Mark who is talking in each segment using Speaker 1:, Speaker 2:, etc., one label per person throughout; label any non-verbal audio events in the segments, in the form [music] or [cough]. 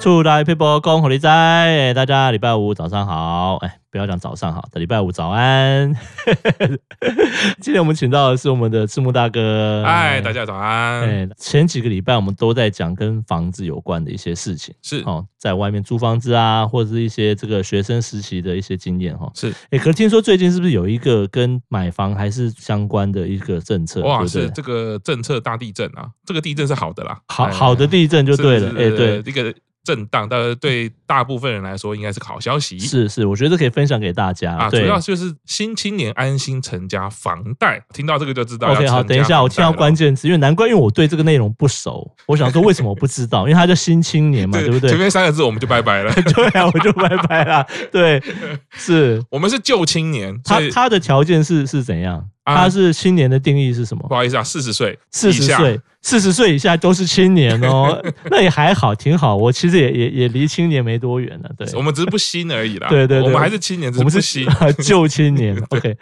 Speaker 1: 出来 people 恭候你在，哎大家礼拜五早上好，哎，不要讲早上好，礼拜五早安。 [laughs] 今天我们请到的是我们的赤木大哥，
Speaker 2: 嗨，大。家早安。
Speaker 1: 哎，前几个礼拜我们都在讲跟房子有关的一些事情，
Speaker 2: 是
Speaker 1: 哦，在外面租房子啊，或者是一些这个学生时期的一些经验哈。
Speaker 2: 是，
Speaker 1: 哎，可是听说最近是不是有一个跟买房还是相关的一个政策？
Speaker 2: 哇，
Speaker 1: 对不对
Speaker 2: 是这个政策大地震啊，这个地震是好的啦，
Speaker 1: 好
Speaker 2: 哎
Speaker 1: 好的地震就对了，
Speaker 2: 是
Speaker 1: 哎，
Speaker 2: 是
Speaker 1: 对，
Speaker 2: 这个震荡，但是对大部分人来说应该是个好消息。
Speaker 1: 是是，我觉得这可以分享给大家。
Speaker 2: 啊，主
Speaker 1: 对
Speaker 2: 要就是新青年安心成家房贷，听到这个就知道要
Speaker 1: OK，好，
Speaker 2: 成家
Speaker 1: 等一下，我听到
Speaker 2: 房贷了
Speaker 1: 关键词，因为难怪，因为我对这个内容不熟，我想说为什么我不知道， [laughs] 因为他叫新青年嘛，对不
Speaker 2: 前
Speaker 1: 对？
Speaker 2: 面三个字我们就拜拜了。
Speaker 1: [laughs] 对啊，我就拜拜
Speaker 2: [laughs]
Speaker 1: 啦。对，是
Speaker 2: 我们是旧青年，
Speaker 1: 他
Speaker 2: 所以
Speaker 1: 他的条件是是怎样？
Speaker 2: 啊
Speaker 1: 他是青年的定义是什
Speaker 2: 不
Speaker 1: 么？
Speaker 2: 好意思啊，四十岁
Speaker 1: 四十
Speaker 2: 以下
Speaker 1: 岁，四十岁以下都是青年
Speaker 2: [laughs]
Speaker 1: 哦，那也还好，挺好。我其实也也也离青年没多远了，对。
Speaker 2: 我们只是不新而已啦。
Speaker 1: 对对对
Speaker 2: 我们还是青年，只
Speaker 1: 我们
Speaker 2: 是不
Speaker 1: 是 [laughs]
Speaker 2: 新。
Speaker 1: 旧青年
Speaker 2: [laughs]
Speaker 1: ，OK，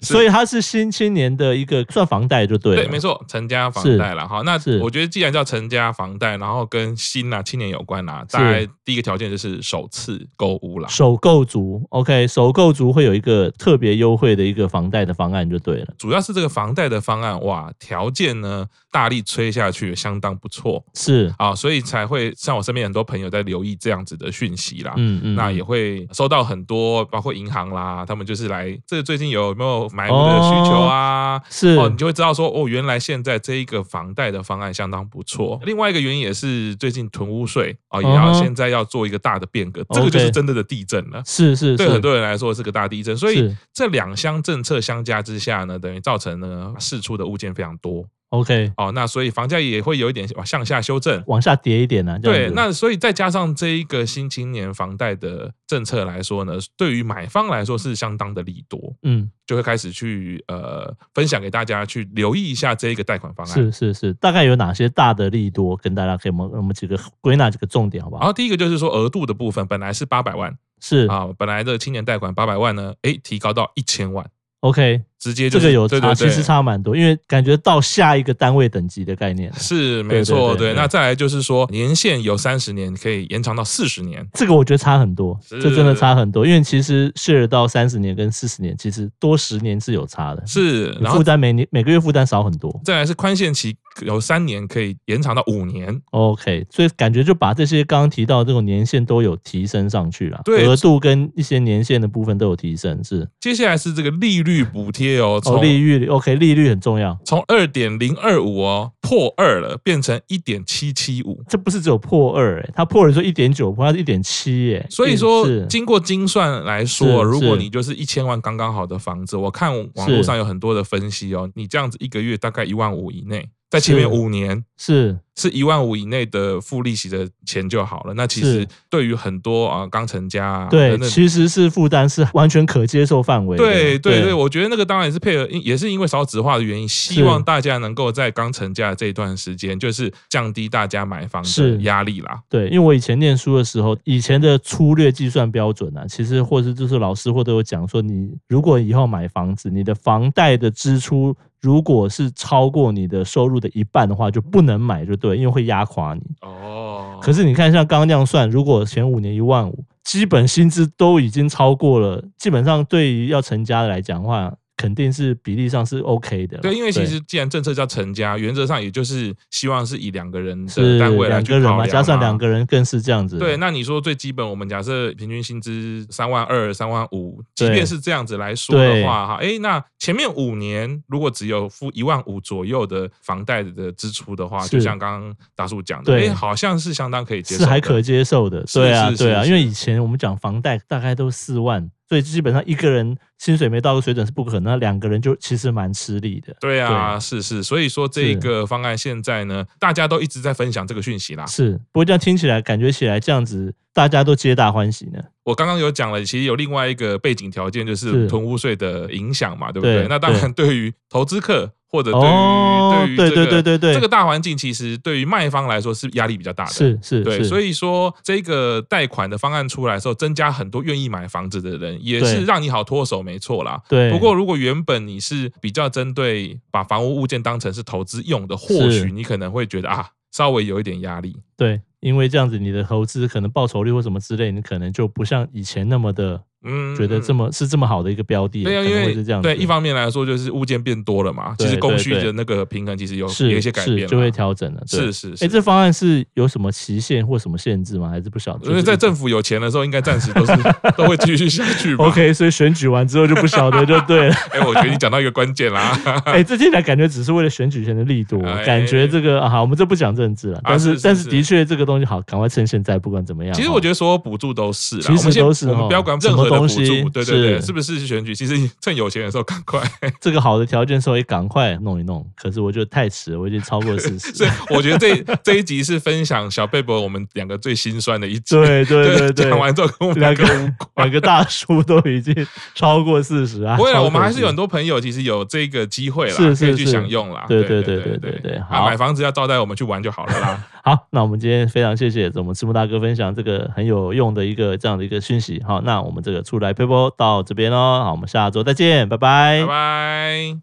Speaker 1: 所以他是新青年的一个算房贷就对了，
Speaker 2: 对，没错，成家房贷了哈。那
Speaker 1: 是
Speaker 2: 我觉得既然叫成家房贷，然后跟新啊青年有关啦、
Speaker 1: 是
Speaker 2: 大概第一个条件就是首次购屋啦。
Speaker 1: 首购族，OK，首购族会有一个特别优惠的一个房贷的方案就对了，
Speaker 2: 主要是这个房贷的方案，哇，条件呢大力吹下去，相当不错
Speaker 1: 是，
Speaker 2: 啊，所以才会像我身边很多朋友在留意这样子的讯息啦。
Speaker 1: 嗯嗯，
Speaker 2: 啊那
Speaker 1: 嗯
Speaker 2: 也会收到很多，包括银行啦，他们就是来这最近有没有买屋的
Speaker 1: 哦
Speaker 2: 需求啊？
Speaker 1: 是
Speaker 2: 哦，你就会知道说，哦，原来现在这一个房贷的方案相当不错。另外一个原因也是最近囤屋税啊、哦，也要
Speaker 1: 嗯哼哦
Speaker 2: 现在要做一个大的变革，这个就是
Speaker 1: OK
Speaker 2: 真正的地震了。
Speaker 1: 是是
Speaker 2: 对很
Speaker 1: 是，
Speaker 2: 多人来说是个大地震，所以
Speaker 1: 是
Speaker 2: 这两项政策相加之下呢，等于造成呢释出的物件非常多
Speaker 1: OK，
Speaker 2: 哦，那所以房价也会有一点往向下修正。
Speaker 1: 往下跌一点呢、啊，这样
Speaker 2: 对，
Speaker 1: 子
Speaker 2: 那所以再加上这一个新青年房贷的政策来说呢，对于买方来说是相当的利多。
Speaker 1: 嗯
Speaker 2: 就会开始去呃分享给大家去留意一下这一个贷款方案。
Speaker 1: 是是是，大概有哪些大的利多跟大家可以我们我们几个归纳几个重点好不
Speaker 2: 然
Speaker 1: 好？
Speaker 2: 后第一个就是说额度的部分，本来是八百万
Speaker 1: 是
Speaker 2: 啊，本来的青年贷款八百万呢，诶，提高到一千万，
Speaker 1: OK，
Speaker 2: 直接就
Speaker 1: 这
Speaker 2: 是
Speaker 1: 个有
Speaker 2: 对
Speaker 1: 差，
Speaker 2: 对
Speaker 1: 其
Speaker 2: 对，
Speaker 1: 实差蛮多，因为感觉到下一个单位等级的概
Speaker 2: [laughs]
Speaker 1: 念了，
Speaker 2: 是
Speaker 1: 对
Speaker 2: 没错，
Speaker 1: 对对
Speaker 2: 对。
Speaker 1: 对
Speaker 2: 那再来就是说年限有三十年，可以延长到四十年，
Speaker 1: 这个我觉得差很多，
Speaker 2: 是
Speaker 1: 这真的差很多，因为其实 share 到三十年跟四十年，其实多十年是有差的，
Speaker 2: 是，
Speaker 1: 你
Speaker 2: 然后
Speaker 1: 负担每年每个月负担少很多。
Speaker 2: 再来是宽限期有三年，可以延长到五年。
Speaker 1: OK，所以感觉就把这些刚刚提到的这种年限都有提升上去了，
Speaker 2: 对
Speaker 1: 额度跟一些年限的部分都有提升，是
Speaker 2: 接下来是这个利率补贴哦，
Speaker 1: 哦，
Speaker 2: 从
Speaker 1: 利率 OK，利率很重要，
Speaker 2: 从二点零二五哦破二了，变成一点七七五。
Speaker 1: 这不是只有破二、欸，它破了说一点九，破它是一点七耶，
Speaker 2: 所以说
Speaker 1: 嗯是，
Speaker 2: 经过精算来说，
Speaker 1: 是
Speaker 2: 如
Speaker 1: 是
Speaker 2: 果你就是一千万刚刚好的房子，我看网络
Speaker 1: 是
Speaker 2: 上有很多的分析哦，你这样子一个月大概一万五以内，在前面
Speaker 1: 是
Speaker 2: 五年
Speaker 1: 是
Speaker 2: 是一万五以内的付利息的钱就好了。那其
Speaker 1: 是
Speaker 2: 实对于很多啊刚成家啊
Speaker 1: 对
Speaker 2: 等，等
Speaker 1: 其实是负担是完全可接受范围的，
Speaker 2: 对对对，我觉得那个当然是配合，因也是因为少子化的原因，希望大家能够在刚成家的这一段时间，就是降低大家买房
Speaker 1: 是
Speaker 2: 的压力啦。
Speaker 1: 对，因为我以前念书的时候，以前的粗略计算标准啊，其实或是就是老师或者有讲说，你如果以后买房子，你的房贷的支出如果是超过你的收入的一半的话，就不能买，就对，因为会压垮你。
Speaker 2: 哦，
Speaker 1: 可是你看，像刚刚那样算，如果前五年一万五，基本薪资都已经超过了，基本上对于要成家的来讲的话，肯定是比例上是 OK 的啦。
Speaker 2: 对，因为其实既然政策叫成家，原则上也就是希望是以两个人
Speaker 1: 是
Speaker 2: 的单位来
Speaker 1: 两
Speaker 2: 去
Speaker 1: 个人
Speaker 2: 考
Speaker 1: 嘛，
Speaker 2: 量
Speaker 1: 加上两。个人更是这样子。
Speaker 2: 对，那你说最基本，我们假设平均薪资三万二、三万五，即
Speaker 1: 对
Speaker 2: 便是这样子来说
Speaker 1: 对
Speaker 2: 的话，哈，哎，那前面五年如果只有付一万五左右的房贷的支出的话，
Speaker 1: 是
Speaker 2: 就像刚刚大叔讲的，
Speaker 1: 对
Speaker 2: 哎，好像是相当可以接受
Speaker 1: 是
Speaker 2: 的，
Speaker 1: 还可接受的，
Speaker 2: 是
Speaker 1: 对啊，
Speaker 2: 是
Speaker 1: 对啊，
Speaker 2: 是
Speaker 1: 因为以前我们讲房贷大概都四万，所以基本上一个人薪水没到个水准是不可能，那两个人就其实蛮吃力的。
Speaker 2: 对啊，是是，所以说这一
Speaker 1: 是
Speaker 2: 个方案现在呢，大家都一直在分享这个讯息啦。
Speaker 1: 是，不过这样听起来感觉起来这样子，大家都皆大欢喜呢。
Speaker 2: 我刚刚有讲了，其实有另外一个背景条件，就是是囤屋税的影响嘛，对不
Speaker 1: 对
Speaker 2: 对？那当然，对于投资客或者对于、
Speaker 1: 哦，
Speaker 2: 对于、
Speaker 1: 对
Speaker 2: 这个、
Speaker 1: 对对对对，
Speaker 2: 这个大环境，其实对于卖方来说是压力比较大的。
Speaker 1: 是是
Speaker 2: 啊对，
Speaker 1: 是，
Speaker 2: 所
Speaker 1: 以
Speaker 2: 以说这个贷款的方案出来的时候，增加很多愿意买房子的人，也
Speaker 1: 对
Speaker 2: 是让你好脱手，没错啦。
Speaker 1: 对，
Speaker 2: 不过，如果原本你是比较针对把房屋物件当成是投资用的，或
Speaker 1: 是
Speaker 2: 许你可能会觉得啊，稍微有一点压力。
Speaker 1: 对，因为这样子你的投资可能报酬率或什么之类，你可能就不像以前那么的
Speaker 2: 嗯，
Speaker 1: 觉得这
Speaker 2: 么。
Speaker 1: 么、是这么好的一个标的，
Speaker 2: 对啊，
Speaker 1: 可
Speaker 2: 因
Speaker 1: 能会
Speaker 2: 为
Speaker 1: 是这样子。
Speaker 2: 对一方面来说，就是物件变多了嘛，其
Speaker 1: 对
Speaker 2: 实供
Speaker 1: 对
Speaker 2: 需
Speaker 1: 对
Speaker 2: 的那个平衡其实有有一
Speaker 1: 是
Speaker 2: 些改变
Speaker 1: 是
Speaker 2: 嘛，
Speaker 1: 就会调整了。对
Speaker 2: 是是
Speaker 1: 哎，
Speaker 2: 是。
Speaker 1: 这方案是有什么期限或什么限制吗？还是不晓得？
Speaker 2: 因为在
Speaker 1: 政
Speaker 2: 政府有钱的时候，应该暂时
Speaker 1: [laughs]
Speaker 2: 都是都会继续下去吧。
Speaker 1: OK，所以选举完之后就不晓得就对了。
Speaker 2: 哎，我觉得你讲到一个关键
Speaker 1: [laughs]
Speaker 2: 啦，
Speaker 1: 哎、这听起来感觉只是为了选举前的力度，
Speaker 2: 哎
Speaker 1: 感觉这个、啊、好，我们这不讲政治了，但是,、
Speaker 2: 是是
Speaker 1: 但是
Speaker 2: 是
Speaker 1: 的确这个东西好，赶快趁现在，不管怎么样。
Speaker 2: 其实我
Speaker 1: 得
Speaker 2: 觉得所有补助都是啦，
Speaker 1: 其实
Speaker 2: 我们先
Speaker 1: 都是
Speaker 2: 我
Speaker 1: 哦
Speaker 2: 们不要管
Speaker 1: 什
Speaker 2: 任
Speaker 1: 么
Speaker 2: 何的
Speaker 1: 东
Speaker 2: 补
Speaker 1: 西
Speaker 2: 助，对对对，
Speaker 1: 是
Speaker 2: 是不是选举？其实趁有钱的时候赶快。
Speaker 1: 这个好的条件的时候也赶快弄一弄，可是我觉得太迟了，我已经超过四十。
Speaker 2: 所以我觉得这这一集是分享小贝伯我们两个最心酸的一集。
Speaker 1: 对对对对
Speaker 2: 讲，完之后跟我们两
Speaker 1: 两
Speaker 2: 个
Speaker 1: 个两个大叔都已经超过四十啊。
Speaker 2: 不会啦，
Speaker 1: 超
Speaker 2: 我们还是有很
Speaker 1: 40
Speaker 2: 多朋友其实有这个机会啦，
Speaker 1: 是是
Speaker 2: 可以去
Speaker 1: 是
Speaker 2: 享用啦。
Speaker 1: 对
Speaker 2: 对
Speaker 1: 对对
Speaker 2: 对
Speaker 1: 对对对好
Speaker 2: 啊，买房子要招待我们去玩就好了
Speaker 1: [laughs]
Speaker 2: 啦。
Speaker 1: 好，那我们今天非常谢谢我们赤木大哥分享这个很有用的一个这样的一个讯哎息。好，那我们这个出来配播到这边喽，好，我们下周再见，拜
Speaker 2: 拜拜。